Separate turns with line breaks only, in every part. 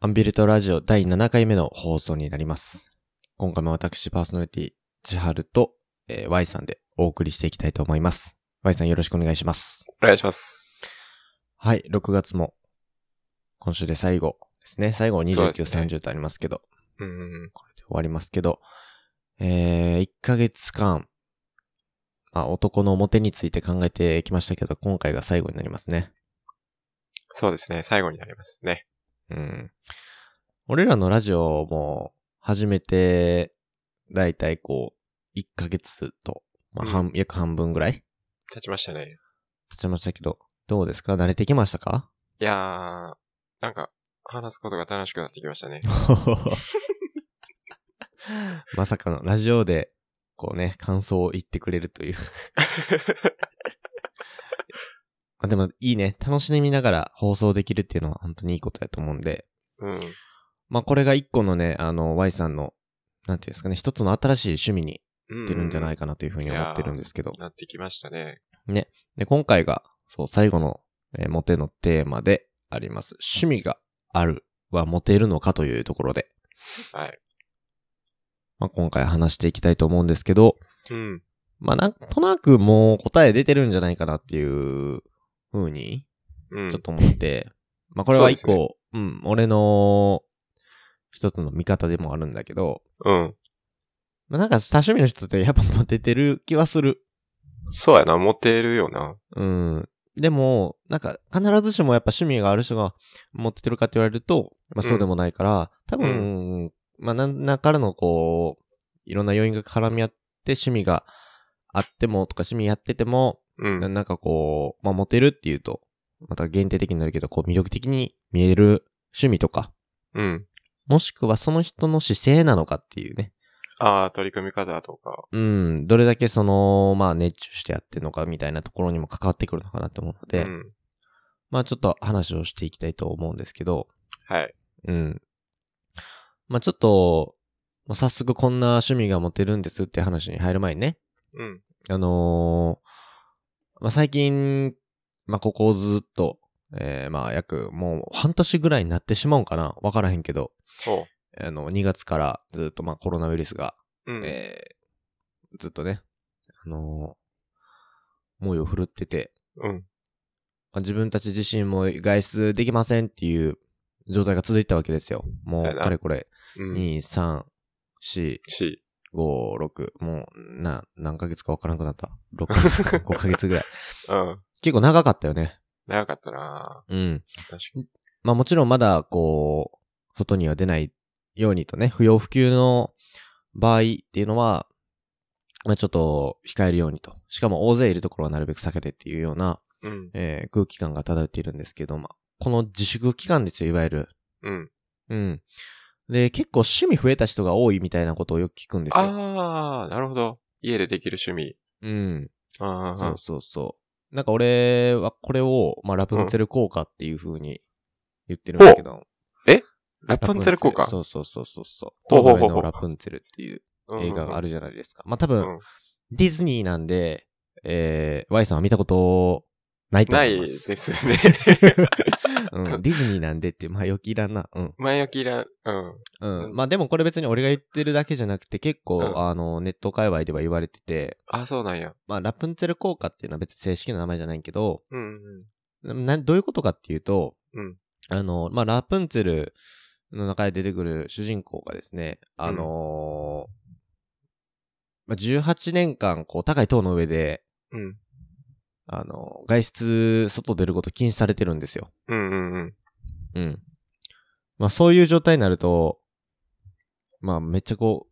アンビルトラジオ第7回目の放送になります。今回も私パーソナリティ、千春と、えー Y さんでお送りしていきたいと思います。Y さんよろしくお願いします。
お願いします。
はい、6月も、今週で最後ですね。最後29、
そうですね
30とありますけど、
うん。
これで終わりますけど、えー、1ヶ月間、まあ、男の表について考えてきましたけど、今回が最後になりますね。
そうですね。最後になりますね。
うん。俺らのラジオも、始めて、だいたいこう、1ヶ月と、まあ、半、約半分ぐらい
立ちましたね。
経ちましたけど、どうですか慣れてきましたか
いやー、なんか、話すことが楽しくなってきました ね。
まさかのラジオで、こうね、感想を言ってくれるという。まあでも、いいね。楽しみながら放送できるっていうのは本当にいいことだと思うんで、
うん。
まあこれが一個のね、あの、Y さんの、なんていうんですかね、一つの新しい趣味に
うん
ってるんじゃないかなというふうに思ってるんですけど。
なってきましたね。
で、今回が、そう、最後の、えーモテのテーマであります。趣味があるはモテるのかというところで、
はい。
まあ、今回話していきたいと思うんですけど、
うん。
まあ、なんとなくもう答え出てるんじゃないかなっていうふうに、
うん。
ちょっと思って、まあ、これは一個、
そう
うん、俺の、一つの見方でもあるんだけど、
うん。
まあ、なんか多趣味の人ってやっぱモテてる気はする。
そうやな。モテるよな。
うん。でも、なんか、必ずしもやっぱ趣味がある人が持ってるかって言われると、まあそうでもないから、多分、まあ何らからのこう、いろんな要因が絡み合って趣味があってもとか趣味やってても、
う。
なんなんかこう、まあモテるっていうと、また限定的になるけど、こう魅力的に見える趣味とか、
うん。
もしくはその人の姿勢なのかっていうね。
あー、取り組み方とか。
うん、どれだけその、まあ熱中してやってるのかみたいなところにも関わってくるのかなと思うので、
うん。
まあちょっと話をしていきたいと思うんですけど、
はい。
うん。まあちょっと、まあ早速こんな趣味が持てるんですって話に入る前にね、
うん。
あのーまあ最近、まあここずっと、えーまあ約もう半年ぐらいになってしまうんかなわからへんけど、
そ
あの、2月からずっとまあコロナウイルスが、
う。うん。
えーずっとね、あのー猛威を振るってて、
うん。
まあ自分たち自身も外出できませんっていう状態が続いたわけですよ。もう、
そうやな
かれこれ、
うん。
2、3、4、
し、
5、6、もう、な、何ヶ月かわからなくなった。6ヶ月 か、5ヶ月ぐらい。
うん。
結構長かったよね。
長かったな
うん。
確かに。
まあもちろんまだ、こう、外には出ないようにとね、不要不急の場合っていうのは、まあちょっと控えるようにと。しかも大勢いるところはなるべく避けてっていうような、
うん。
えー空気感が漂っているんですけど、まあ、この自粛期間ですよ、いわゆる。
うん。
うん。で、結構趣味増えた人が多いみたいなことをよく聞くんですよ。
あー、なるほど。家でできる趣味。
うん。
あー
そうそうそう。なんか俺はこれを、まあ、ラプンツェル効果っていう風に言ってるんだけど。
ラプンツェル効果。
そうそうそうそうそう。
ほうほう
東
ほう
部の
ほう
ラプンツェルっていう
うん
映画があ
る。
るじゃないですか。まあ、多
う
分、
ん。
ディズニーなんで、えー、Y さんは見たことないと
な
思い
い
ます。
ですね。
うん、ディズニーなんでって、まあ、よきいらんな。うん。
前置きいらん。うん。
う。
うんん
まあでもこれ別に俺が言ってるだけじゃなくて結構、
うん
あの、ネット界隈では言われてて、
あ、そうなんや。
まあラプンツェル効果っていうのは別に正式な名前じゃないけど、
うんうん。
などういうことかっていうと、
うん
あの、まあラプンツェルの中で出てくる主人公がですね、あのーまあ、18年間こう高い塔の上で、
うん。
あの、外出、外出ること禁止されてるんですよ。
うんうんうん。
うん。まあそういう状態になると、まあめっちゃこ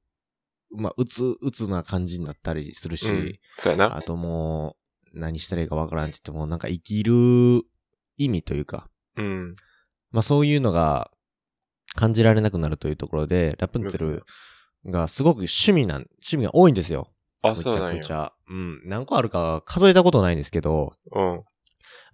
う、まあうつ、うつな感じになったりするし、
うんそうやな。
あともう何したらいいかわからんって言ってもなんか生きる意味というか、
うん。
まあそういうのが感じられなくなるというところで、ラプンツェルがすごく趣味なん、趣味が多いんですよ。
あ、
むち
そうな
ゃ
ん
く
や
ち。ゃ。うん。何個あるか数えたことないんですけど、
うん。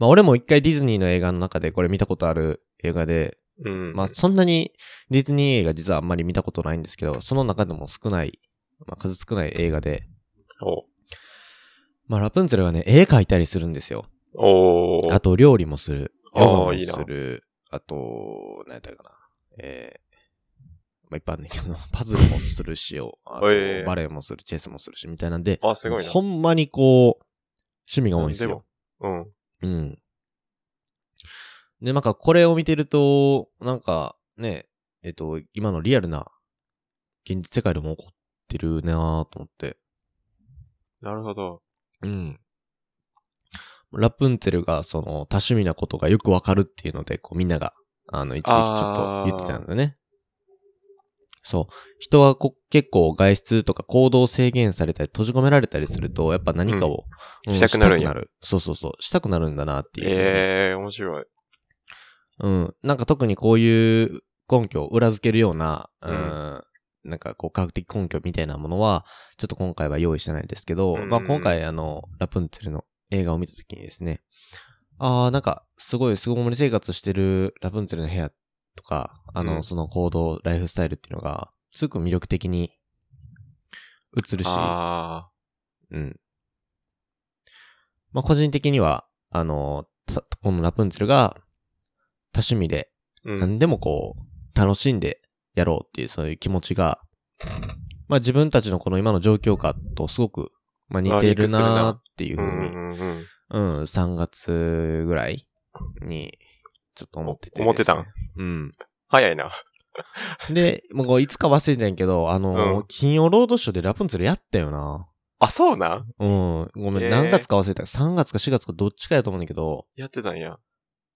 まあ俺も一回ディズニーの映画の中でこれ見たことある映画で、
うん。
まあ、そんなにディズニー映画実はあんまり見たことないんですけど、その中でも少ない、まあ、数少ない映画で、
お
まあラプンツェルはね、絵描いたりするんですよ。
お
あ
ー。
と料理もする。
あー
ヨガもする。あと、何やったかな。えーまあ、いっぱいあるんだけど、 パズルもするし、おあと
ええ
バレエもする、チェスもするし、みたいなんで、
あ、すごいな。
ほんまにこう、趣味が多いんです
で
よ
も。
う
うん。
ん。で、なんかこれを見てると、なんかね、えっと、今のリアルな現実世界でも起こってるなぁと思って。
なるほど。
うん。ラプンツェルがその多趣味なことがよくわかるっていうので、こうみんなが、あの、一時期ちょっと言ってたんだよね。そう。人はこ結構外出とか行動制限されたり閉じ込められたりすると、やっぱ何かを、うん
したくなるんや
したそうそうそう。したくなるんだなっていう。
ええー、面白い。
うん。なんか特にこういう根拠を裏付けるような、う、
うん
なんかこう科学的根拠みたいなものは、ちょっと今回は用意してないですけど、
うんうん
まあ今回あの、ラプンツェルの映画を見たときにですね、あーなんかすごい巣ごもり生活してるラプンツェルの部屋とか、あの、
うん
その行動、ライフスタイルっていうのが、すごく魅力的に映るし、
あ
うん。まあ、個人的には、あの、たこのラプンツェルが、多趣味で、
あ。うん。
何でもこう、楽しんでやろうっていう、そういう気持ちが、まあ、自分たちのこの今の状況下とすごく、まあ、似てるなーっていう
う
ふ
ん
う
う
に、
んうん。
うん、3月ぐらいに、ちょっと思ってて、
お思ってたん
うん。
早いな。
で、もうこういつか忘れてんやけど、あの、
うん
金曜ロードショーでラプンツェルやったよな。
あ、そうなん
うん。ごめん、
えー
何月か忘れた。3月か4月かどっちかやと思うんだけど、
やってたんや。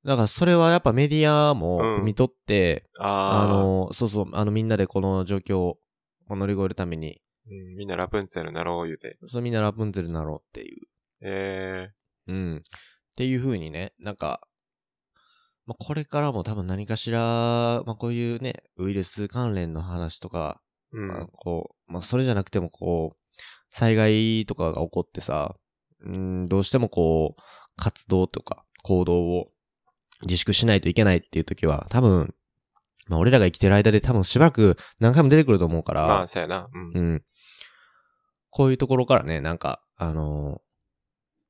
だからそれはやっぱメディアも
うん
汲み取って、
あ
あ
あの、
の、そうそう、あのみんなでこの状況を乗り越えるために、
うんみんなラプンツェルになろう言うて。
そうみんなラプンツェルになろうってい
え
う。うん。っていう風にね、なんか、まあ、これからも多分何かしら、まあ、こういうね、ウイルス関連の話とか、
えー。う
まあ
ん。
こう、まあ、それじゃなくてもこう、災害とかが起こってさ、うん、どうしてもこう、活動とか行動を自粛しないといけないっていう時は、多分、まあ、俺らが生きてる間で多分しばらく何回も出てくると思うから、
まあ、そうやな。うん。
うん。こういうところからね、なんか、あのー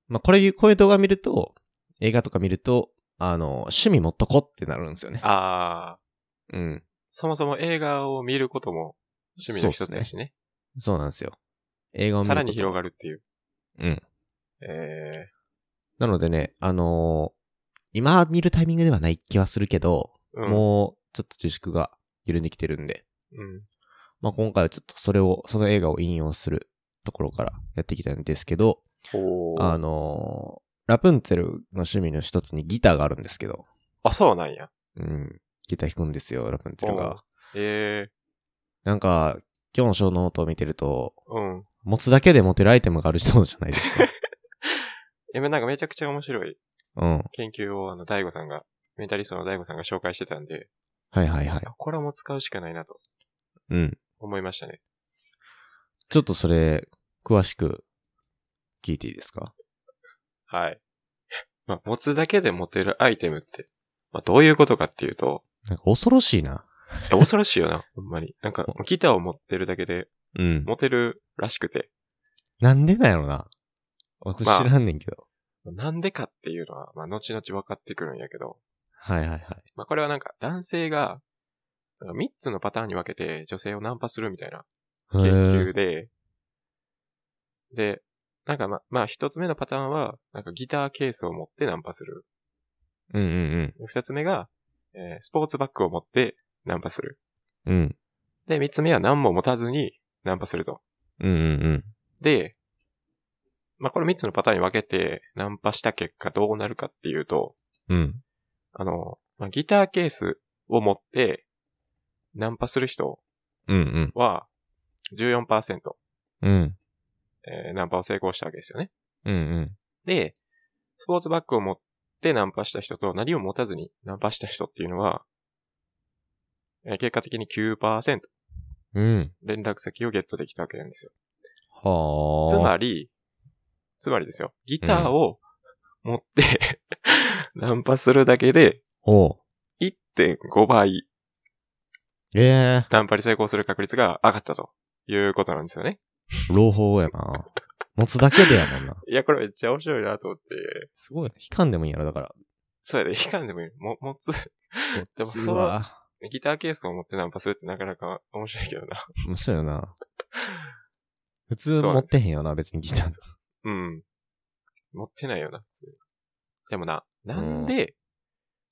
まあ、これ、こういう動画見ると、映画とか見ると、あのー趣味持っとこってなるんですよね。
ああ、
うん。
そもそも映画を見ることも趣味の一つやしね。
そうなんですよ。映画を見る
さらに
こと
広がるっていう。
うん。
え
なのでね、あのー今見るタイミングではない気はするけど、
えー。うん。
もうちょっと自粛が緩んできてるんで、
うん。
まあ、今回はちょっとそれを、その映画を引用するところからやってきたんですけど、
おー
あのーラプンツェルの趣味の一つにギターがあるんですけど、
あ、そうなんや。
うん、ギター弾くんですよ、ラプンツェル
おう
が。
ええ
なんか、今日のショーノートを見てると、
ー。うん。
持つだけで持てるアイテムがある人じゃないです か。
え、なんかめちゃくちゃ面白い
うん。
研究を、あの、大悟さんが、メンタリストの大悟さんが紹介してたんで、
はいはいはい。
これはもう使うしかないなと
うん。
思いましたね。
ちょっとそれ、詳しく聞いていいですか
はい。まあ、持つだけで持てるアイテムって、まあ、どういうことかっていうと、
なんか恐ろしいな。
いや恐ろしいよな、 ほんまに。なんか、ギターを持ってるだけで、
うん。
持てるらしくて、
なんでなんやろな。僕知
まあ
らんねんけど。
なんでかっていうのは、まあ、後々分かってくるんやけど、
はいはいはい。
まあ、これはなんか、男性が、なんか3つのパターンに分けて女性をナンパするみたいな
へ
研
ー
究で、で、なんかま、まあ、一つ目のパターンは、なんかギターケースを持ってナンパする。
うんうん
二つ目が、えースポーツバッグを持ってナンパする。
うん。うん。
で、三つ目は何も持たずにナンパすると。
うんうん
で、まあ、これ三つのパターンに分けてナンパした結果どうなるかっていうと、
うん。うん。
あの、まあ、ギターケースを持ってナンパする人
うん
は14%、
うん。うん。
えーナンパを成功したわけですよね。
うんうん。
で、スポーツバッグを持ってナンパした人と何を持たずにナンパした人っていうのは、えー結果的に9%
うん。
連絡先をゲットできたわけなんですよ。
はあ。
つまり、つまりですよ。ギターを持って、 ナンパするだけで
おう
1.5倍
ええ
ナンパに成功する確率が上がったということなんですよね。
朗報やな。持つだけでやもん な。
いや、これめっちゃ面白いなと思って。
すごい。悲観でもいいんやろ、だから。
そうやで、いかんでもいい。も、持つ。で
持
も
つわ
ギターケースを持ってナンパするってなかなか面白いけどな。
面白いよな。普通持ってへんよな、別にギターとか。
うん。持ってないよな、普通。でもな、なんで、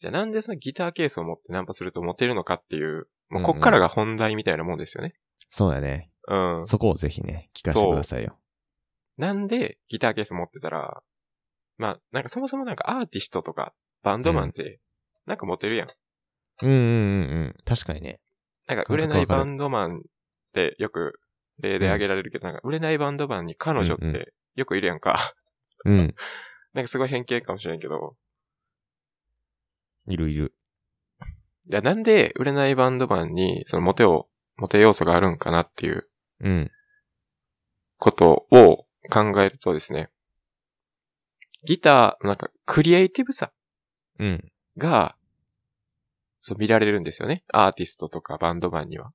じゃあなんでそのギターケースを持ってナンパするとモテるのかっていう、もうこっからが本題みたいなもんですよね。
そうやね。
うん。
そこをぜひね、聞かせてくださいよ。
なんでギターケース持ってたら、まあ、なんかそもそもなんかアーティストとかバンドマンって、なんかモテるやん。
うんうんうんうん。確かにね。
なんか売れな
感
い
覚わ
バ
かる
ンドマンってよく例で挙げられるけど、なんか売れないバンドマンに彼女っ
うんう
てよくいるやんか。
うん。
なんかすごい偏見かもしれんけど。
いるいる。
いや、なんで売れないバンドマンにそのモテを、モテ要素があるんかなっていう
うん。
ことを考えるとですね、ギターのなんかクリエイティブさ
うん。
が、そう見られるんですよね。アーティストとかバンドマンには。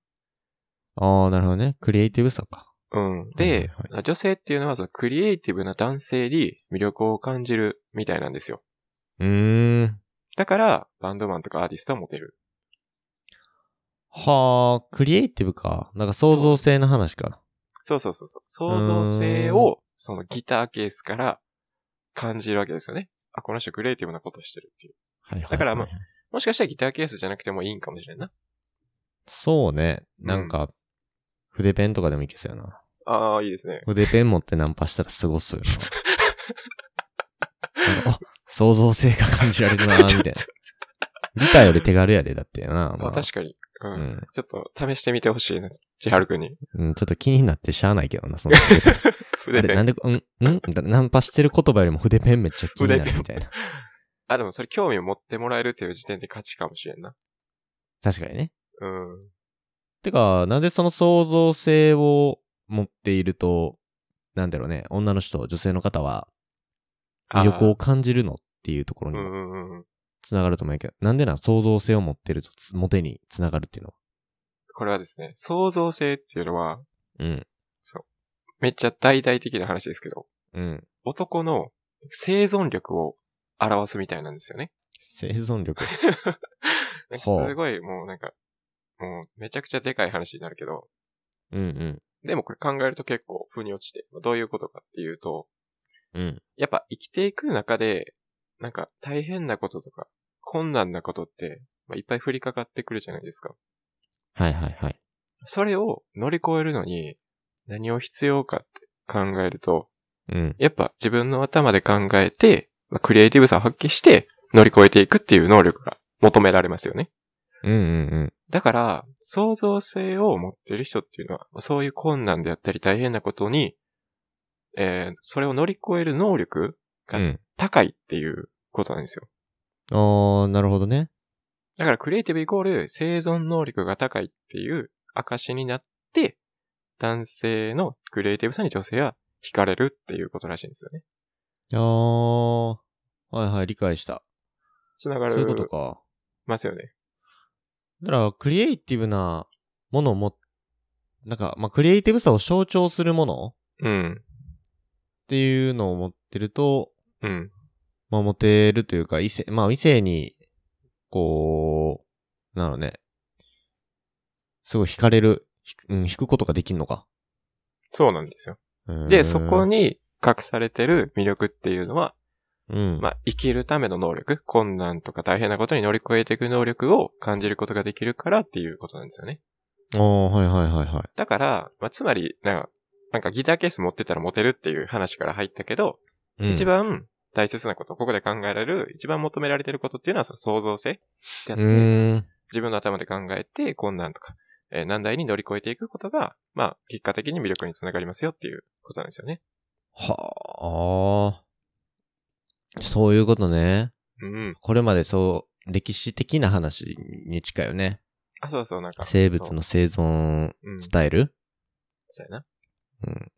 ああ、なるほどね。クリエイティブさか。
うん。
はい
で、
はい
女性っていうのはそのクリエイティブな男性に魅力を感じるみたいなんですよ。
うーん。
だから、バンドマンとかアーティストはモテる。
はあ、クリエイティブか。なんか創造性の話か。
そうそうそうそう。創造性を、そのギターケースから感じるわけですよね。あ、この人クリエイティブなことしてるっていう。
はいはいはい。
だからまあもしかしたらギターケースじゃなくてもいいんかもしれんな。
そうね。なんか、筆ペンとかでもいいですよな。
ああ、いいですね。
筆ペン持ってナンパしたら過ごすよな。なんかあ、想像性が感じられる な、みたいな。ギターより手軽やで、だってな。
まあ確かに。うん。
うん
ちょっと試してみてほしいな。千春くんに。
うん、ちょっと気になってしゃあないけどな、その筆ペン。
筆
あれ
ペ
な
ン。
んで、うん、うんみたいなナンパしてる言葉よりも筆ペンめっちゃ気にな
筆ペン
るみたいな。
あ、でもそれ興味を持ってもらえるっていう時点で勝ちかもしれんな。
確かにね。
うん。
てか、なんでその創造性を持っていると、なんだろうね、女の人、女性の方は
あー
魅力を感じるのっていうところ
う
に
んうんうん。
つながると思うんやけど、なんでなん創造性を持ってるとつ、モテにつながるっていうのは。
これはですね、創造性っていうのは、
うん。
めっちゃ大々的な話ですけど、
うん。
男の生存力を表すみたいなんですよね。
生存力。
なんか
ほう
すごいもうなんか、もうめちゃくちゃでかい話になるけど、
うん
でもこれ考えると結構腑に落ちて、まあどういうことかっていうと、
うん。うん。
やっぱ生きていく中で、なんか大変なこととか、困難なことって、まあ、いっぱい降りかかってくるじゃないですか。
はいはいはい。
それを乗り越えるのに、何を必要かって考えると、
うん。
やっぱ自分の頭で考えて、まあクリエイティブさを発揮して、乗り越えていくっていう能力が求められますよね。
うんうんうん。
だから、創造性を持ってる人っていうのは、まあそういう困難であったり大変なことに、えーそれを乗り越える能力
う
が
ん。
高いっていうことなんですよ。
あー、なるほどね。
だからクリエイティブイコール生存能力が高いっていう証になって、男性のクリエイティブさに女性は惹かれるっていうことらしいんですよね。
あー。はいはい、理解した。
つなが
そう
る
いうことか。
ますよね。
だから、クリエイティブなものをも、なんか、まあ、クリエイティブさを象徴するものっ
うん。
ていうのを持ってると、
うん。
まあ、モテるというか、異性、まあ、異性に、こう、なのね、すごい惹かれる、ひうん、惹くことができんのか。
そうなんですよ。
うーん
で、そこ、に隠されてる魅力っていうのは、
うん。
まあ、生きるための能力、困難とか大変なことに乗り越えていく能力を感じることができるからっていうことなんですよね。
ああ、はいはいはいはい。
だから、まあ、つまり、なんか、なんかギターケース持ってたらモテるっていう話から入ったけど、
うん
一、番大切なこと、ここで考えられる、一番求められてることっていうのはその創造性であっ
う
て、
ーん。
自分の頭で考えて困難とか、えー難題に乗り越えていくことが、まあ、結果的に魅力につながりますよっていうことなんですよね。
はあ。そういうことね。
うん。
これまでそう、歴史的な話に近いよね。
あ、そうそう、なんか。
生物の生存
そう。うん。
ス
そ
タイル
うやな。
うん。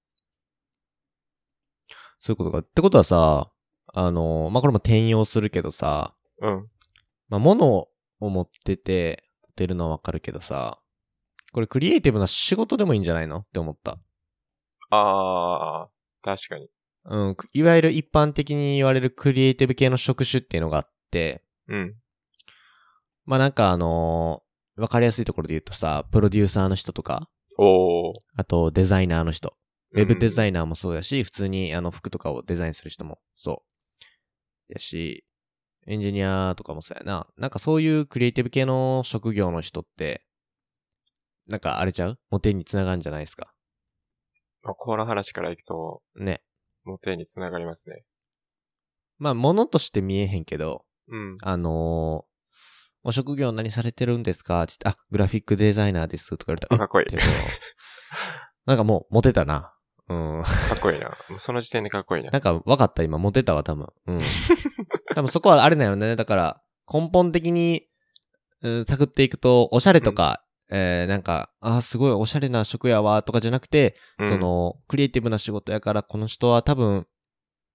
そういうことか。ってことはさ、あの、まあ、これも転用するけどさ、
うん。
まあ、物を持ってて、持てるのはわかるけどさ、これクリエイティブな仕事でもいいんじゃないのって思った。
あー、確かに。
うん、くいわゆる一般的に言われるクリエイティブ系の職種っていうのがあって、
うん。
まあ、なんかあのわかりやすいところで言うとさ、プロデューサーの人とか、
おー。
あとデザイナーの人。ウェブデ
イ
ザイナーもそうやし、普通にあの服とかをデザインする人もそう。やし、エンジニアとかもそうやな。なんかそういうクリエイティブ系の職業の人って、なんかあれちゃうモテにつながるんじゃないですか。
ン。まあ、この話からいくと、
ね。
モテにつながりますね。
まあ、物として見えへんけど、
うん。
あのーお職業何されてるんですかって言って、あ、グラフィックデザイナーですとか言われたら、
かっこいい。
うん
か
てこうなんかもう、モテたな。うん。
っこいいな。もうその時点でかっこいいな。
なんか、わかった、今、モテたわ、多分。 うん。多分そこはあれだよね。だから、根本的に、うん、探っていくと、おしゃれとか、えー、なんか、あーすごいおしゃれな職やわ、とかじゃなくて、
うん
そ、の、クリエイティブな仕事やから、この人は多分、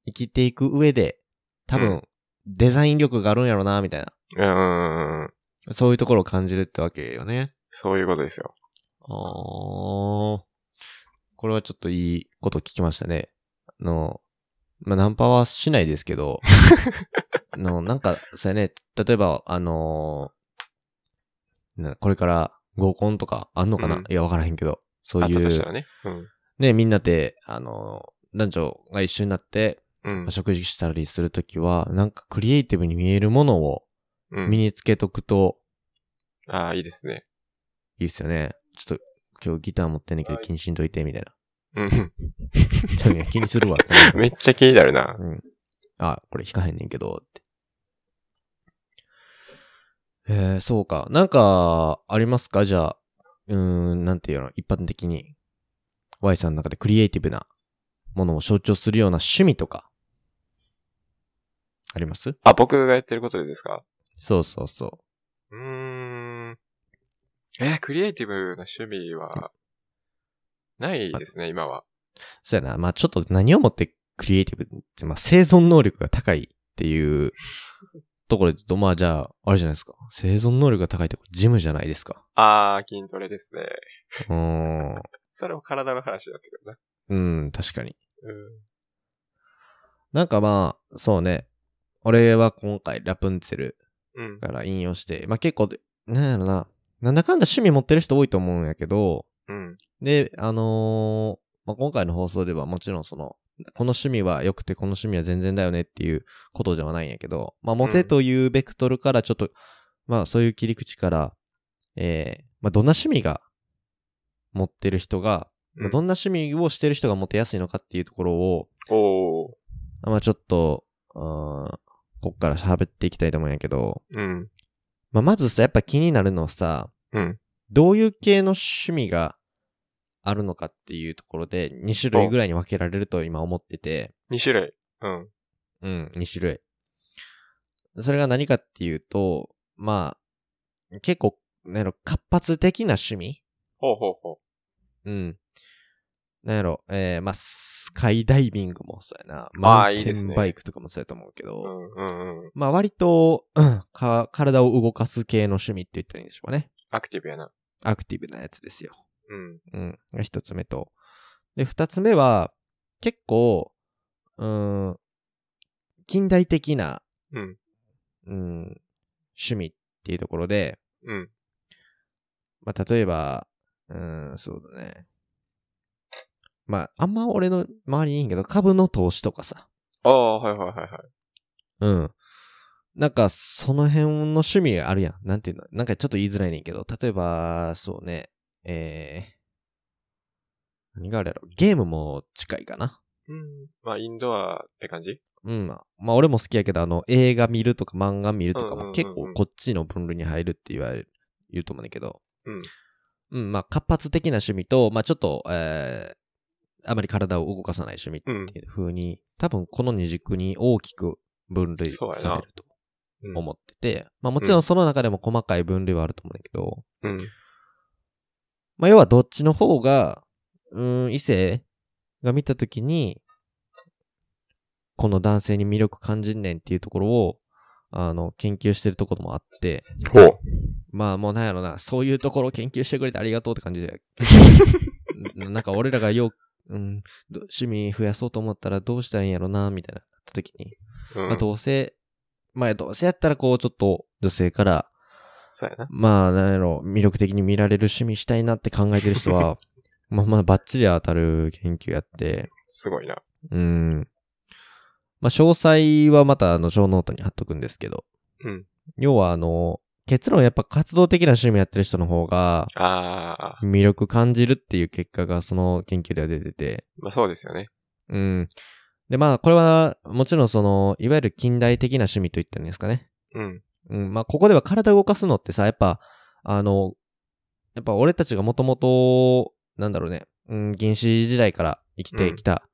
生きていく上で、多分、
う
デザイン力があるんやろな、みたいな。
うんうんうんうん。
そういうところを感じるってわけよね。
そういうことですよ。
あー。これはちょっといいこと聞きましたね。あの、まあ、ナンパはしないですけ ど、あの、なんか、そうやね、例えば、あのーなこれから合コンとかあんのかな、
うん
いや、わからへんけど、そう
あっ
い
たとした
う、
らね。うん。
ね、みんなで、あのー男女が一緒になって、
うん。
食事したりするときは、なんかクリエイティブに見えるものを
うん
身につけとくと
ああ、いいですね。
いいっすよね。ちょっと、今日ギター持ってんねんけど気にしんといて、みたいな。
うん。
ちょいや気にするわ。
めっちゃ気になるな。
うん。あ、これ弾かへんねんけど、って。えー、そうか。なんか、ありますかじゃあ、うーん、なんていうの、一般的に、Y さんの中でクリエイティブなものを象徴するような趣味とか、あります
あ、僕がやってることでですか
そうそうそう
ーん。えー、クリエイティブな趣味は、ないですね、今は。
う。そうやな。まあちょっと何をもってクリエイティブって、まあ生存能力が高いっていうところで言うと、まあじゃあ、あれじゃないですか。生存能力が高いってこれジムじゃないですか。
あー、筋トレですね。
うーん。
それも体の話になってくるな。
うん、確かに。
うん。
なんかまあ、そうね。俺は今回ラプンツェル
うん。
から引用して、まあ結構、なんやろな。なんだかんだ趣味持ってる人多いと思うんやけど、
うん。
で、あのーまあ、今回の放送ではもちろんその、この趣味は良くてこの趣味は全然だよねっていうことではないんやけど、まあモテというベクトルからちょっと、まあそういう切り口から、えー、まあどんな趣味が持ってる人が、まあどんな趣味をしてる人がモテやすいのかっていうところを、
おー。
まあちょっと、うーん、こっから喋っていきたいと思うんやけど、
うん。
まあまずさ、やっぱ気になるのはさ、
うん。
どういう系の趣味があるのかっていうところで、2種類ぐらいに分けられると今思ってて、
2種類。うん。
うん、2種類。それが何かっていうと、まあ、結構、なんやろ、活発的な趣味
ほうほうほう。
うん。なんやろ、えー、まあ、スカイダイビングもそうやな。
あ
マ
ー
ウン
いい
テ
ですね
ンバイクとかもそうやと思うけど、
うんうんうん。
まあ割と、うんか、体を動かす系の趣味って言ったらいいんでしょうかね。
アクティブやな。
アクティブなやつですよ。
うん。
うん。が一つ目と。で、二つ目は、結構、うーん、近代的な、
うん。
うん、趣味っていうところで、
うん。
まあ例えば、うーん、そうだね。まあ、あんま俺の周りにいいんけど、株の投資とかさ。
ああ、はいはいはいはい。
うん。なんか、その辺の趣味あるやん。なんていうのなんかちょっと言いづらいねんけど、例えば、そうね、えー、何があるやろゲームも近いかな。
うん。まあ、インドアって感じ
うん。まあ、俺も好きやけど、あの、映画見るとか漫画見るとか
うんうんうんう
も
ん
結構こっちの分類に入るって言われる、言うと思うねんだけど。
うん。
うん、まあ、活発的な趣味と、まあ、ちょっと、えー、あまり体を動かさない趣味
うん
っていう風に、多分この二軸に大きく分類さ
そうやな
れると
うん
思ってて、まあ、もちろんその中でも細かい分類はあると思うんだけど、
うん。
まあ、要はどっちの方が、うーん、異性が見たときに、この男性に魅力感じんねんっていうところを、あの、研究してるところもあって、
ほう。
まあもうなんやろな、そういうところを研究してくれてありがとうって感じ で、ななんか俺らがよう、うん、ど趣味増やそうと思ったらどうしたらいいんやろな、みたいな、った時に、
うん
まあ、どうせ、まあ、どうせやったらこう、ちょっと女性から、
そうやな。
まあ、なんやろ、魅力的に見られる趣味したいなって考えてる人は、まあまあバッチリ当たる研究やって、
すごいな。
うん。まあ、詳細はまたあの、小ノートに貼っとくんですけど。
うん。
要はあの、結論やっぱ活動的な趣味やってる人の方が、
あー、
魅力感じるっていう結果がその研究では出てて。
まあそうですよね。
うん。で、まあ、これは、もちろんその、いわゆる近代的な趣味と言ってるんですかね。
うん。
うん、まあ、ここでは体を動かすのってさ、やっぱ、あの、やっぱ俺たちがもともと、なんだろうね、うん、原始時代から生きてきた、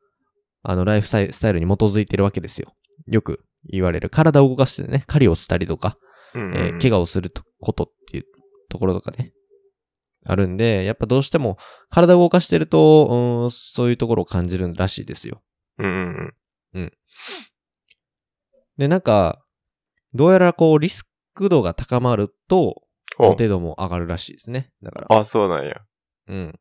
あの、ライフスタイスタイルに基づいてるわけですよ。よく言われる。体を動かしてね、狩りをしたりとか、
うん、うん。
えー怪我をするとことっていうところとかね、あるんで、やっぱどうしても体を動かしてると、うん、そういうところを感じるらしいですよ。
うんうんうん。
で、なんか、どうやらこう、リスク度が高まると、ある
お
程度も上がるらしいですね。だから。
あ、そうなんや。
うん。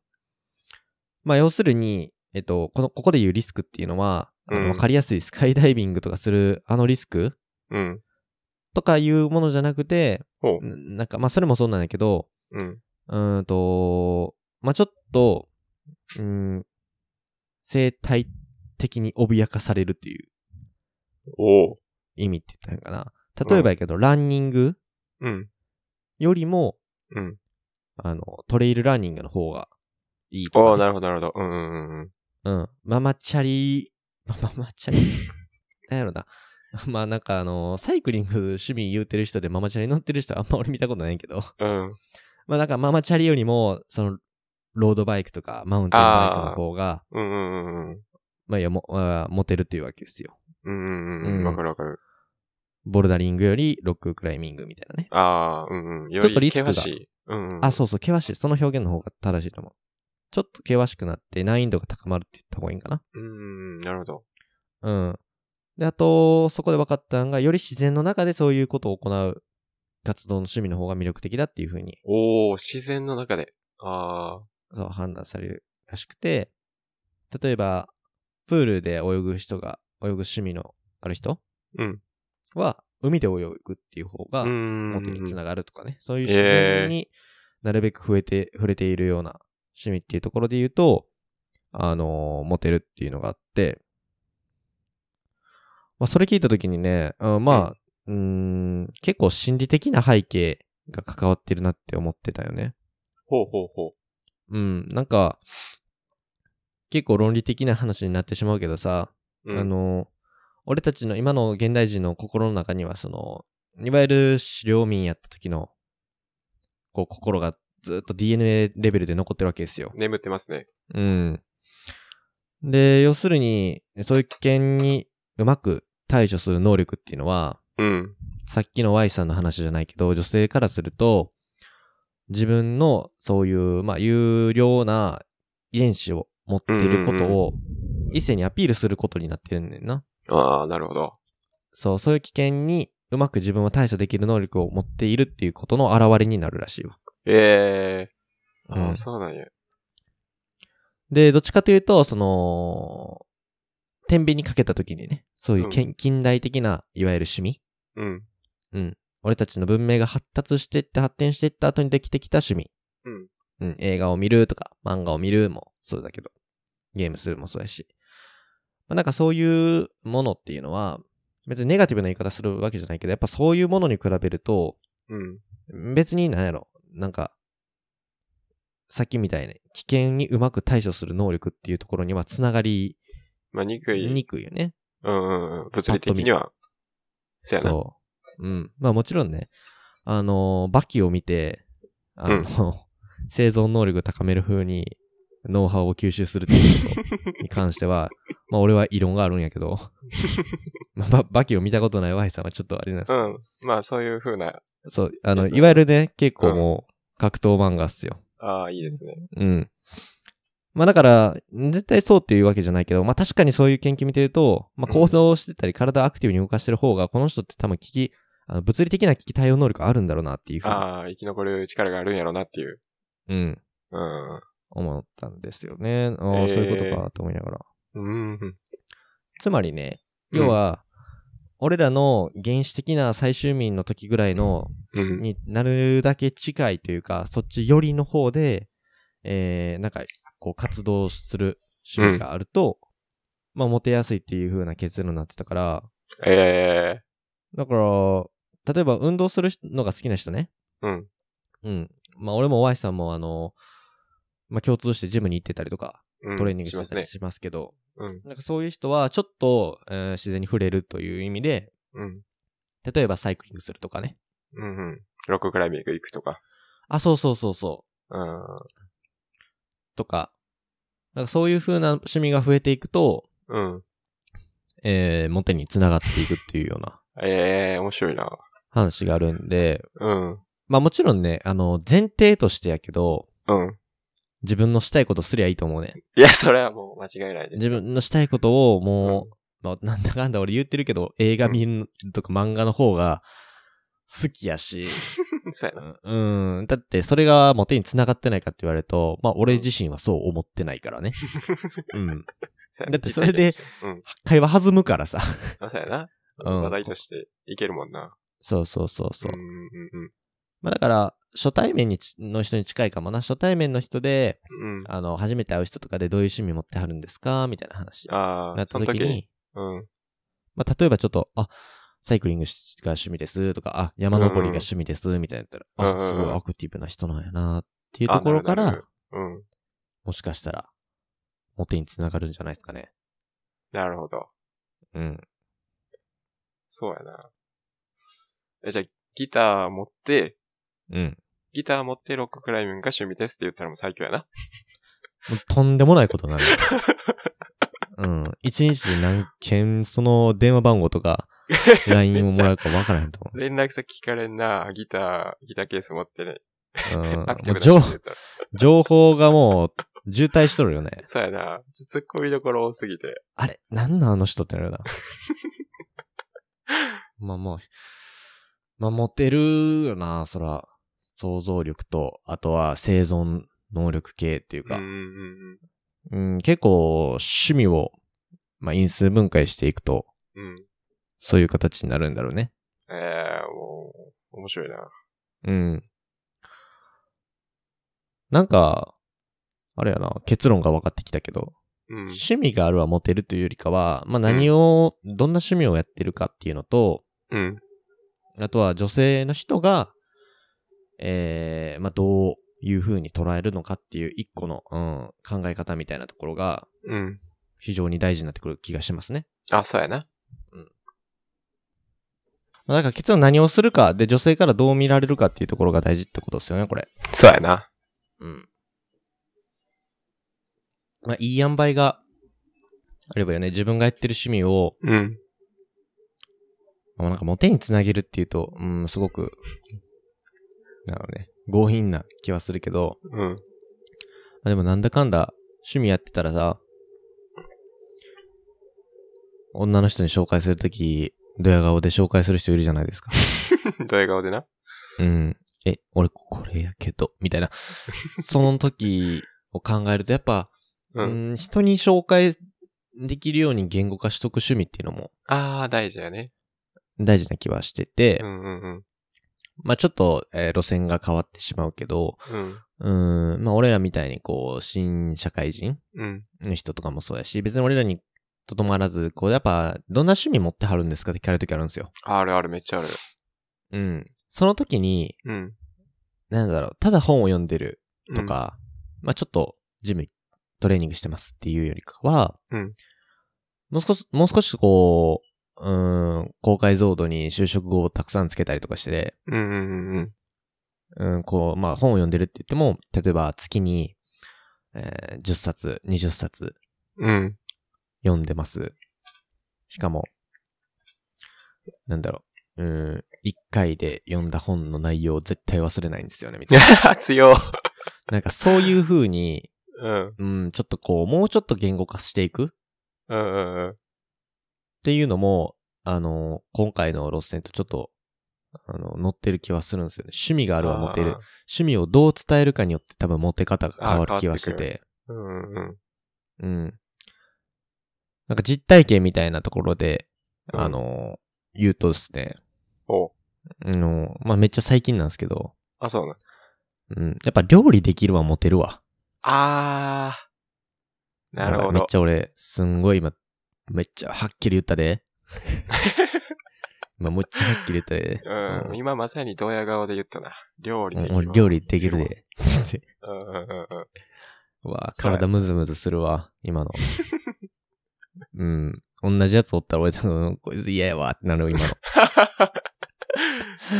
まあ、要するに、えっと、この、ここで言うリスクっていうのは、あ
うん
の、わかりやすいス カイダイビングとかする、あのリスク
うん。
とかいうものじゃなくて、
ほ
んなんか、まあ、それもそうなんだけど、
うん。
うーんと、まあ、ちょっと、うーん、生態的に脅かされるっていう
おう。
意味って言ったのかな。例えばやけど、ランニング
うん。
よりも、
うん
あの、トレイルランニングの方がいいとか、
おう、なるほど、なるほど。うんうんうんうん。
うん。ママチャリ、 ママチャリ、なんやろな。 まあなんかあの、サイクリング趣味言うてる人でママチャリ乗ってる人はあんま 俺見たことないけど、
うん。
まあなんかママチャリよりも、その、ロードバイクとかマウンテンバイクの方が、
うんうんうんうん。
まあいや、も、あーモテるというわけですよ。
うんうんう。
うんん
わかるわかる。
ボルダリングよりロッククライミングみたいなね。
ああ、うんうん。よ
ちょっと
り
リスク
険
が
しい。うんうん。
あ、そうそう、険しい。その表現の方が正しいと思う。ちょっと険しくなって難易度が高まるって言った方がいいんかな。
う。うん、なるほど。
うん。で、あと、そこで分かったのが、より自然の中でそういうことを行う活動の趣味の方が魅力的だっていうふうに、
おー、自然の中で。ああ、
そう判断されるらしくて、例えば、プールで泳ぐ人が、泳ぐ趣味のある人
うん。
は、海で泳ぐっていう方が
う、ん。
モテにつながるとかね、そういう
へー
自然になるべく増えて、触れているような趣味っていうところで言うと、あのーモテるっていうのがあって、まあ、それ聞いたときにね、あまあ、うーん、結構心理的な背景が関わってるなって思ってたよね。
ほうほうほう。
うん、なんか、結構論理的な話になってしまうけどさ、
うん
あ、の、俺たちの今の現代人の心の中には、その、いわゆる狩猟民やった時の、こう、心がずっと DNA レベルで残ってるわけですよ。
眠ってますね。
うん。で、要するに、そういう危険にうまく対処する能力っていうのは、
うん。
さっきの Y さんの話じゃないけど、女性からすると、自分のそういう、まあ、有料な遺伝子を持っていることを、異性にアピールすることになってるんだよな。
ああ、なるほど。
そう、そういう危険にうまく自分を対処できる能力を持っているっていうことの表れになるらしいわ。
ええー。ああ、
うん
そうなんや。
で、どっちかというと、その、天秤にかけた時にね、そういうけん近代的な、いわゆる趣味、
うん。
俺たちの文明が発達してって発展していった後にできてきた趣味。
うん。
うん、映画を見るとか、漫画を見るもそうだけど、ゲームするもそうやし。まあ、なんかそういうものっていうのは、別にネガティブな言い方するわけじゃないけど、やっぱそういうものに比べると、
うん。
別に何やろ、なんか、さっきみたいに危険にうまく対処する能力っていうところにはつながり
まあ、憎い。
にくいよね。
うんうんうん。物理的には。せやな。
そう。うん。まあもちろんね、あのー、バキを見て、あの、
うん
生存能力を高める風にノウハウを吸収するっていうことに関して は、まあ俺は異論があるんやけど、まあババキを見たことない Y さんはちょっとあれなんですけど
うん。まあ、そういう風な、
そう、あの、
そう
いわゆるね、結構もう格闘漫画っすよ。
ああ、いいですね。
うん。まあだから、絶対そうっていうわけじゃないけど、まあ確かにそういう研究見てると、まあ
うん
行動してたり体をアクティブに動かしてる方が、この人って多分危機、あの物理的な危機対応能力あるんだろうなっていうふうに、
ああ、生き残る力があるんやろなっていう。
うん、
うん。
思ったんですよね。ああ、
えー
そういうことかと思いながら。
うん。
つまりね、
うん
要は、俺らの原始的な最終民の時ぐらいの、
うん。
になるだけ近いというか、そっち寄りの方で、えー、なんか、こう活動する趣味があると、まあ、モテやすいっていう風な結論になってたから、
ええ
だから、例えば運動するのが好きな人ね。
うん。
うん。まあ、俺も Y さんもあの、まあ、共通してジムに行ってたりとか、
うん
トレーニングし
してま
た
す
り
ね。
しますけど、
うん。
なんかそういう人はちょっと、えー自然に触れるという意味で、
うん。
例えばサイクリングするとかね。
うん。うん。ロッククライミング行くとか。
あ、そうそうそうそう。
うん。
とか、なんかそういう風な趣味が増えていくと、
うん。
えー、モテに繋がっていくっていうような
ええ面白いな。
話があるんで、
うん。
まあもちろんね、あの、前提としてやけど、
うん。
自分のしたいことすりゃいいと思うね。
いや、それはもう間違いないです。
自分のしたいことをもう、
うん
まあなんだかんだ俺言ってるけど、映画見るとか漫画の方が好きやし、
そうやな。
うん、うんだってそれがモテに繋がってないかって言われると、まあ俺自身はそう思ってないから ね。うん。
そうやな
だってそれで、
うん。
会話弾むからさ。
そうやな。
うん
話題としていけるもんな。
そうそうそうそう。
んうんうん
まあだから、初対面にちの人に近いかもな。初対面の人で、
うん。うん。
あの、初めて会う人とかでどういう趣味持ってはるんですかみたいな話。
あ
な
あ、
った
その
時
時に。
に、
うん。
まあ例えばちょっと、あ、サイクリングしが趣味ですとか、あ、山登りが趣味ですみたいなやったら、
うん
あ、す
うん
ご
う
い
ん
アクティブな人なんやなっていうところか
あなる
ら
ほ、どうん。
もしかしたら、モテにつながるんじゃないですかね。
なるほど。
うん。
そうやな。え、じゃあ、ギター持って、
うん。
ギター持ってロッククライミングが趣味ですって言ったらもう最強やな。
もうとんでもないこと になる。うん。一日で何件、その電話番号と か、LINE をもらうか分からへんと思う。
連絡先聞かれんな、ギター、ギターケース持ってね。
うん。
アクティ
も
ブ
う
な趣
情
味
報
言ったら。
情報がもう、渋滞しとるよね。
そうやな。ちょツッコミどころ多すぎて。
あれなんなんあの人ってなるな。 まあもう、まあモテるよな、そら。想像力と、あとは生存能力系っていう
うん
か
う、ん
うん、結構趣味を、まあ因数分解していくと、
うん。うん。
そういう形になるんだろうね。
ええもう、面白いな。
うん。なんか、あれやな、結論が分かってきたけど、
うん。
趣味があるはモテるというよりかは、まあ何を、どんな趣味をやってるかっていうのと、
うん。
あとは女性の人が、えー、まあどういう風に捉えるのかっていう一個の、うん、考え方みたいなところが
うん。
非常に大事になってくる気がしますね。
あ、そうやな。
まあだから結論何をするか、で女性からどう見られるかっていうところが大事ってことですよね、これ。
そうやな。
うん。まあいい塩梅があればよね、自分がやってる趣味を、
うん。
まあ、なんかモテにつなげるっていうと、うん、すごく、なのね、強引な気はするけど、
うん。
まあ、でもなんだかんだ趣味やってたらさ、女の人に紹介するとき、ドヤ顔で紹介する人いるじゃないですか。
ドヤ顔でな。
うん。え、俺これやけど、みたいな。その時を考えると、やっぱ、
う。
うんん、人に紹介できるように言語化しとく趣味っていうのも
ああ、大事やね。
大事な気はしてて、
うんうんうん。
まあちょっと、えー路線が変わってしまうけど、
うん。
うーん、まあ俺らみたいにこう、新社会人
うん。
の人とかもそうやし、別に俺らにとどまらず、こうやっぱ、どんな趣味持ってはるんですかって聞かれるときあるんですよ。
あるある、めっちゃある。
うん。その時に、
うん。
なんだろう、ただ本を読んでる
うん
と。か、まあちょっと、ジム、トレーニングしてますっていうよりかは、
うん
もう少し、もう少しこう、うーん、高解像度に就職語をたくさんつけたりとかして、
うんうんうんうん。
うん、こう、まあ本を読んでるって言っても、例えば月に、えー10冊、20冊、
うん。
読んでます。しかも、なんだろう、うーん、一回で読んだ本の内容を絶対忘れないんですよね、み たいな。
強。
なんかそういう風に、
うん。
うん、ちょっとこう、もうちょっと言語化していくっ
うんうんうん。
ていうのも、あの、今回の路線とちょっと、あの、乗ってる気はするんですよね。趣味があるはモテる。趣味をどう伝えるかによって多分モテ方が変わる気はして
あー変
て。
あー。うんうん
うん。なんか実体験みたいなところで、
うん
あの、言うとですね、
おう
あの、まあ、めっちゃ最近なんですけど、
あ、そうなん。
うん。やっぱ料理できるはモテるわ。
あー。なる
ん
ほ
かめっ
ど
ち。ゃ俺、すんごい今、めっちゃはっきり言った で。今、めっちゃはっきり言ったで。
うん、今まさにドヤ顔で言ったな。料理
う
で
ん
きるわ
俺料理できる。で。つって
うんうんうんうん。
う わ、
そうや
体ムズムズするわ、今 の。うん。同じやつおったら俺多分、こいつ嫌やわ ってなる、今の。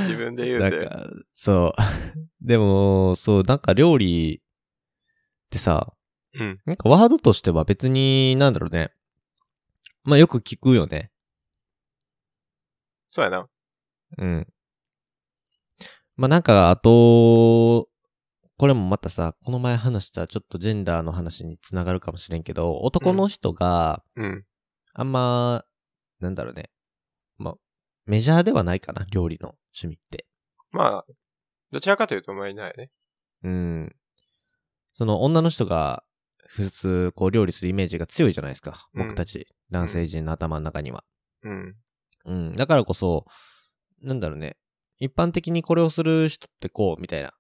自分で言
な
うんて。
か、そう。 でも、そう、なんか料理ってさ、
うん。
なんかワードとしては別に、なんだろうね。まあよく聞くよね。
そうやな。
うん。まあなんか、あと、これもまたさ、この前話したちょっとジェンダーの話につながるかもしれんけど、男の人が、
うん。
あんま、なんだろうね。まあ、メジャーではないかな、料理の趣味って。
まあ、どちらかというと、まあいないね。
うん。その女の人が普通こう料理するイメージが強いじゃないですか。
うん
僕たち男性陣の頭の中には。
うん。
うん。だからこそ、なんだろうね。一般的にこれをする人ってこう、みたいな、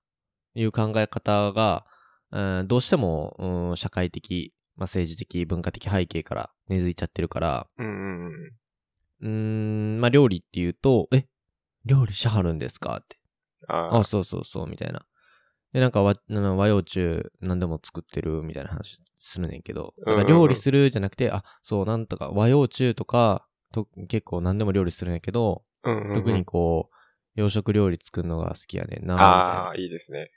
いう考え方が、うん、どうしても、うん、社会的、まあ、政治的、文化的背景から根付いちゃってるから、
うんうんうん。
うん、まあ、料理っていうと、え、料理しはるんですかって。
あ
あ、
あ、
そうそうそう、みたいな。で、なんか和、あの和洋中何でも作ってるみたいな話するねんけど、
うんうん
だから料理するじゃなくて、あ、そう、なんとか和洋中とか、と結構何でも料理するんやけど、
うんうんうん
特に。こう、洋食料理作るのが好きやねんな、みたいな。
あ
っ
あ、いいですね。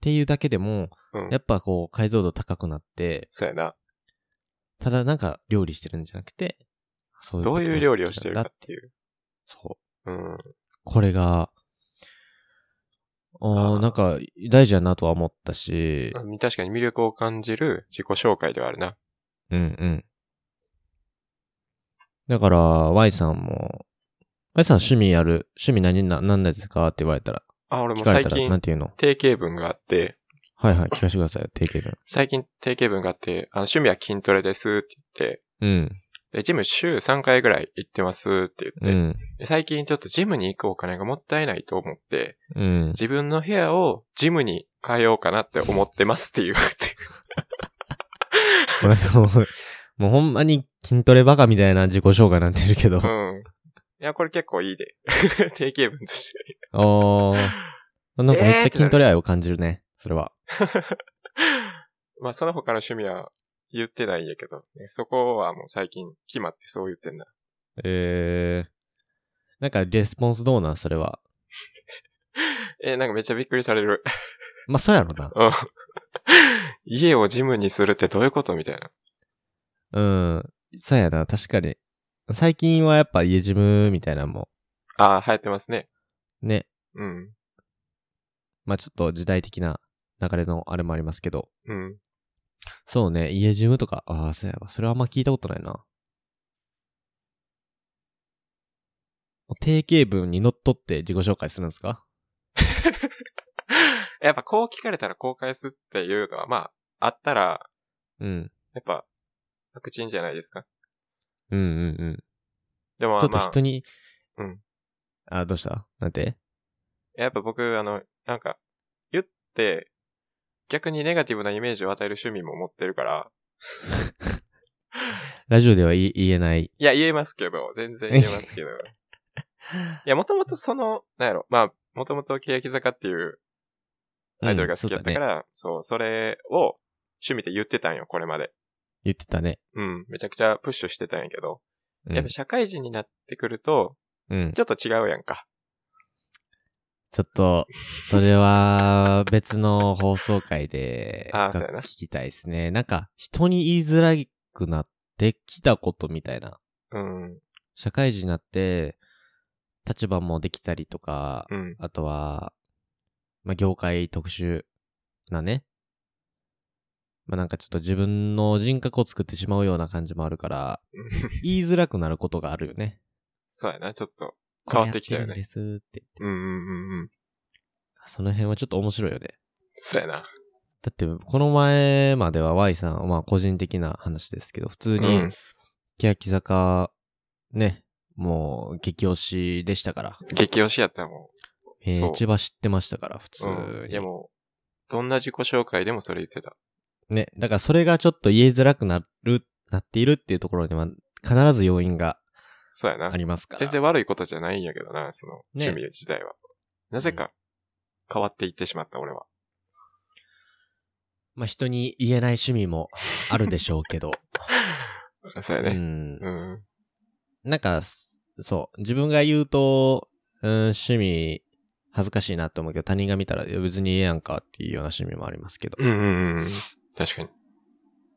ていうだけでも、
うん
や。っぱこう、解像度高くなって、
そうやな。
ただなんか料理してるんじゃなくて、そういう
ど
こと
ういう料理をしてるか
に
っ
なって
いう。
きたんだ。そう。
うん。
これが、あ
あー
あ、なんか、大事やなとは思ったし、
確かに魅力を感じる自己紹介ではあるな。
うんうん。だから、Y さんも、Y さん趣味ある、趣味何な、何ですかって言われたら、
あ、俺
聞
も
かれた
最
ら、なん
近、
ていうの
定型文があって、
はいはい、聞かせてくださいよ、定型文。
最近定型文があって、あの趣味は筋トレですって言って、
うん、
で、ジム週3回ぐらい行ってますって
う
言って、
ん、
で最近ちょっとジムに行くお金がもったいないと思って、
うん。
自分の部屋をジムに変えようかなって思ってま すっていう。
これもう、もうほんまに筋トレバカみたいな自己紹介になってるけど
う。ん。いや、これ結構いいで。 定型文として。
おー。なんかめっちゃ筋トレ愛を感じるね、それは。
まあ、その他の趣味は言ってないんやけど、ね、そこはもう最近決まってそう言ってんな。
えー。なんかレスポンスどうなんそれは。
えーなんかめっちゃびっくりされる。
まあ、そうやろな。
うん。 家をジムにするってどういうことみたいな。
うん。そうやな、確かに。最近はやっぱ家ジムみたいなのも
ああ、流行ってますね。
ん、ね。
うん。
まあ、ちょっと時代的な流れのあれもありますけど。
うん。
そうね、家ジムとか、ああ、そうやわ。それはあんま聞いたことないな。定型文にのっとって自己紹介するんですか
やっぱこう聞かれたら公開するっていうのは、まあ、あったら、
うん。
やっぱ、白人じゃないですか。
うんうんうん。
でも
ちょっと
まあ、
人に、
うん。
あ、どうしたなんて
やっぱ僕、あの、なんか、言って、逆にネガティブなイメージを与える趣味も持ってるから、
ラジオでは言い言えない。
いや、言えますけど、全然言えま すけど。いや、もともとその、なんやろ、まあ、もともと欅坂っていうアイドルが好きだっ
う
たか
んそうだね。
ら、そう、それを趣味で言ってたんよ、これまで。
言ってたね。
うん、めちゃくちゃプッシュしてたんやけど、
うん
やっぱ社会人になってくると、
うん。
ちょっと違うやんか。
ちょっと、それは別の放送回で
あーそうやな
聞きたいですね。なんか、人に言いづらくなってきたことみたいな。
うん、
社会人になって、立場もできたりとか、
うん、
あとは、まあ、業界特殊なね。まあ、なんかちょっと自分の人格を作ってしまうような感じもあるから、言いづらくなることがあるよね。
そうやな、ちょっと。変わってきたよね
これやってるんですって。
うん、うん、うん、うん。
その辺はちょっと面白いよね。
そうやな。
だって、この前までは Y さん、まあ個人的な話ですけど、普通
う
に
ん、
欅坂、ね、もう、激推しでしたから。
激推しやったらも
え
そう
ー、千葉知ってましたから、普通
う。
に。
うん。でも、どんな自己紹介でもそれ言ってた。
ね、だからそれがちょっと言いづらくなる、なっているっていうところには、必ず要因が
そうやな
あ。りますから。
全然悪いことじゃないんやけどな、その
ね
趣味自体は。なぜか変わっていってしまった、俺は。
まあ人に言えない趣味 もあるでしょうけど。
そうや
う
ね。
ん
う。ん。
なんか、すそう、自分が言うと、うん、趣味、恥ずかしいなって思うけど、他人が見たら、いや別にええやんかっていうような趣味もありますけど。
うんうんうん。確かに。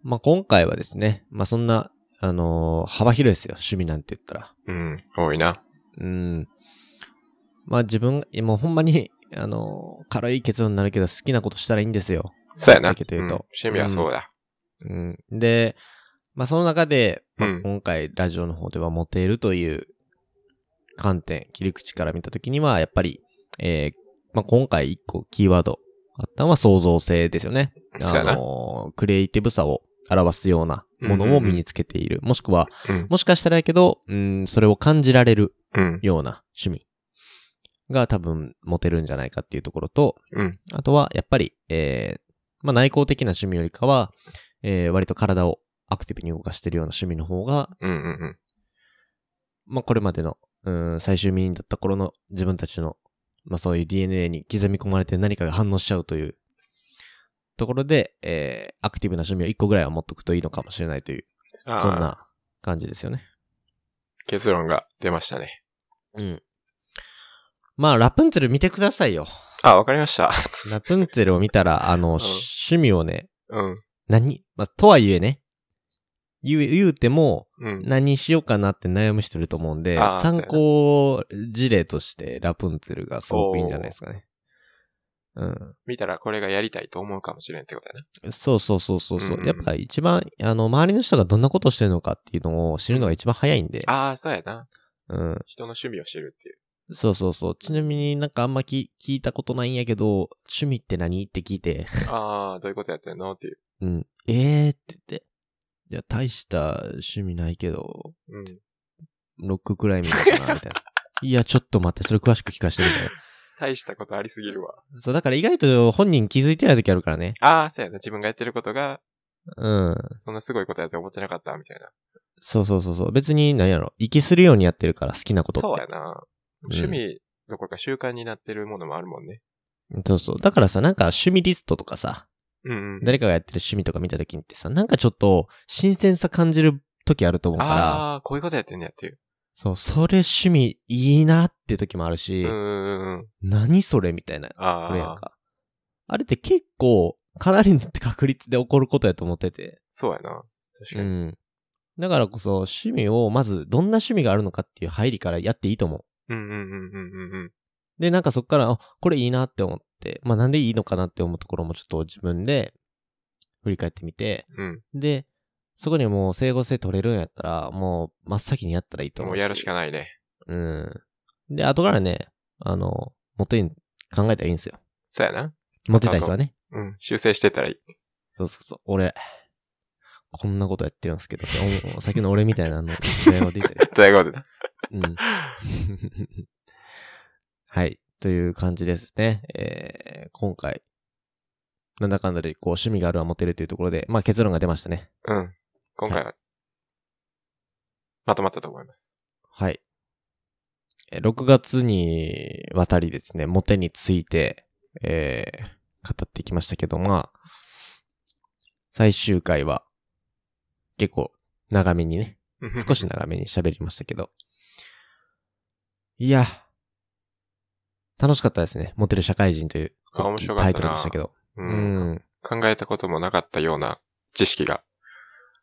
まあ今回はですね、まあそんな、あのー幅広いですよ、趣味なんて言ったら。
うん。多いな。
うん。まあ自分、いやもうほんまに、あのー軽い結論になるけど、好きなことしたらいいんですよ。
そうやな。
ぶっちゃけて言うと
ん趣味はそうだ。
うん。で、まあその中で、まあ
うん
今回ラジオの方ではモテるという観点、切り口から見たときには、やっぱり、えー、まあ今回一個キーワードあったのは創造性ですよね。
そうや
あ
な
のー、クリエイティブさを表すようなものを身につけている。もしくは、
うん。
もしかしたらやけど、うん、それを感じられる
うん。
ような趣味が多分モテるんじゃないかっていうところと、
うん。
あとは、やっぱり、えー、まあ、内向的な趣味よりかは、えー、割と体をアクティブに動かしてるような趣味の方が、
うんうん
まあ、これまでの、うーん、最終民だった頃の自分たちの、まあ、そういう DNA に刻み込まれて何かが反応しちゃうという、ところで、えー、アクティブな趣味を一個ぐらいは持っとくといいのかもしれないという、
うん。
そん
ああ、
な感じですよね。
結論が出ましたね。
うん。まあ、ラプンツェル見てくださいよ。
あ、わかりました。
ラプンツェルを見たら、あの、趣味をね、
うん。
何まあ、とはいえね、言う、言うても、
うん。
何しようかなって悩む人いると思うんで、
あー
参考事例としてラプンツェルがすごくいいんじゃないですかね。うん。
見たらこれがやりたいと思うかもしれんってことやな。
そうそうそうそうそう。
うんうん
やっぱ一番、あの、周りの人がどんなことしてるのかっていうのを知るのが一番早いんで。
ああ、そうやな。
うん。
人の趣味を知るっていう。
そうそうそう。ちなみになんかあんまき聞いたことないんやけど、趣味って何って聞いて、
ああ、どういうことやってんのっていう。
うん。えーって言って。いや、大した趣味ないけど、
うん。
ロックくらい見ようかな、みたい な。いや、ちょっと待って、それ詳しく聞かせてみたいな。
大したことありすぎるわ。
そう、だから意外と本人気づいてない時あるからね。
ああ、そうやな。自分がやってることが、
うん。
そんなすごいことやって思ってなかった、みたいな。
そうそうそうそう。別に何やろ。息するようにやってるから、好きなことって。
そうやな。趣味どころか習慣になってるものもあるもんね。
そうそう。だからさ、なんか趣味リストとかさ、
うんうん。
誰かがやってる趣味とか見た時にってさ、なんかちょっと新鮮さ感じる時あると思うから、
ああ、こういうことやってんねやっていう。
そう、それ趣味いいなって時もあるし、
うんうんうんうん。
何それみたいな。これやん
ああ、
か。あれって結構、かなりの確率で起こることやと思ってて。
そうやな。確か
う
に。
ん。だからこそ、趣味を、まず、どんな趣味があるのかっていう入りからやっていいと思
うんうんうんうんうんうん。
う。で、なんかそっから、あ、これいいなって思って、まあなんでいいのかなって思うところもちょっと自分で振り返ってみて、
うん。
で、そこにもう整合性取れるんやったら、もう真っ先にやったらいいと思
も
う
う
し。
やるしかないね。
うん。で、後からね、あの、モテに考えたらいいんですよ。
そうやな。
モテたい人はね。
うん。修正してったらいい。
そうそうそう。俺、こんなことやってるんですけど、おさっきの俺みたいなの、電話で言ったり
ということで。
うん。 はい。という感じですね。えー、今回、なんだかんだで、こう、趣味があるはモテるというところで、まあ結論が出ましたね。
うん。今回は、まとまったと思います。
はい。えー6月にわたりですね、モテについて、えー、語ってきましたけど、まあ、最終回は、結構、長めにね、少し長めに喋りましたけど。いや、楽しかったですね。モテる社会人という
あ
大
面
きい
白かった
タ
な
イトルでしたけど。
う。
うんん。
考えたこともなかったような知識が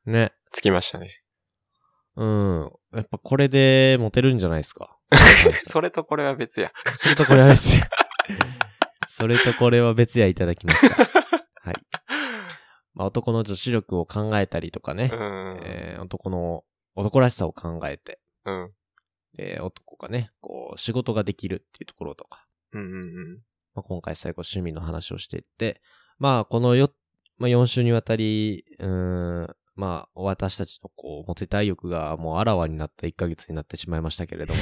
ね。
つきましたね。
うん。やっぱこれでモテるんじゃないですか。
それとこれは別や。
それとこれは別や。それとこれは別やいただきま した。はい。まあ、男の女子力を考えたりとかね
う。ん。
えー男の、男らしさを考えて、
うん。
えー男がね、こう、仕事ができるっていうところとか。
うんうん
まあ、今回最後趣味の話をしていって、まあこのよ、まあ、4週にわたり、うーん、まあ、私たちのこう、モテたい欲がもうあらわになった1ヶ月になってしまいましたけれども、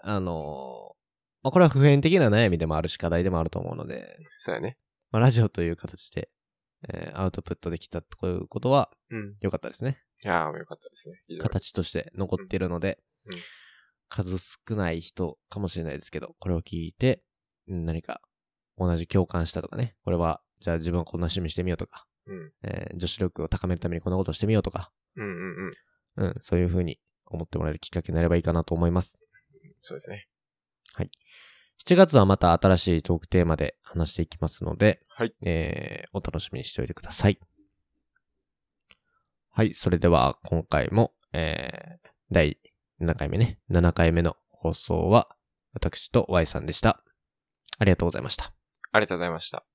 あのまあ、これは普遍的な悩みでもあるし課題でもあると思うので、
そうやね。
まあ、ラジオという形で、えーアウトプットできたということは
うん。
良かったですね。
いやー、よかったですね。非常に
形として残ってるので、
うんうん
数少ない人かもしれないですけど、これを聞いて、うん何か同じ共感したとかね、これは、じゃあ自分はこんな趣味してみようとか、
うん。
えー女子力を高めるためにこんなことをしてみようとか、
うんうんうん。
うん、そういう風に思ってもらえるきっかけになればいいかなと思います。
そうですね。
7月はまた新しいトークテーマで話していきますので、
はい
えー、お楽しみにしておいてください。はい、それでは今回も、えー、第7回目ね、7回目の放送は、私と Y さんでした。ありがとうございました。
ありがとうございました。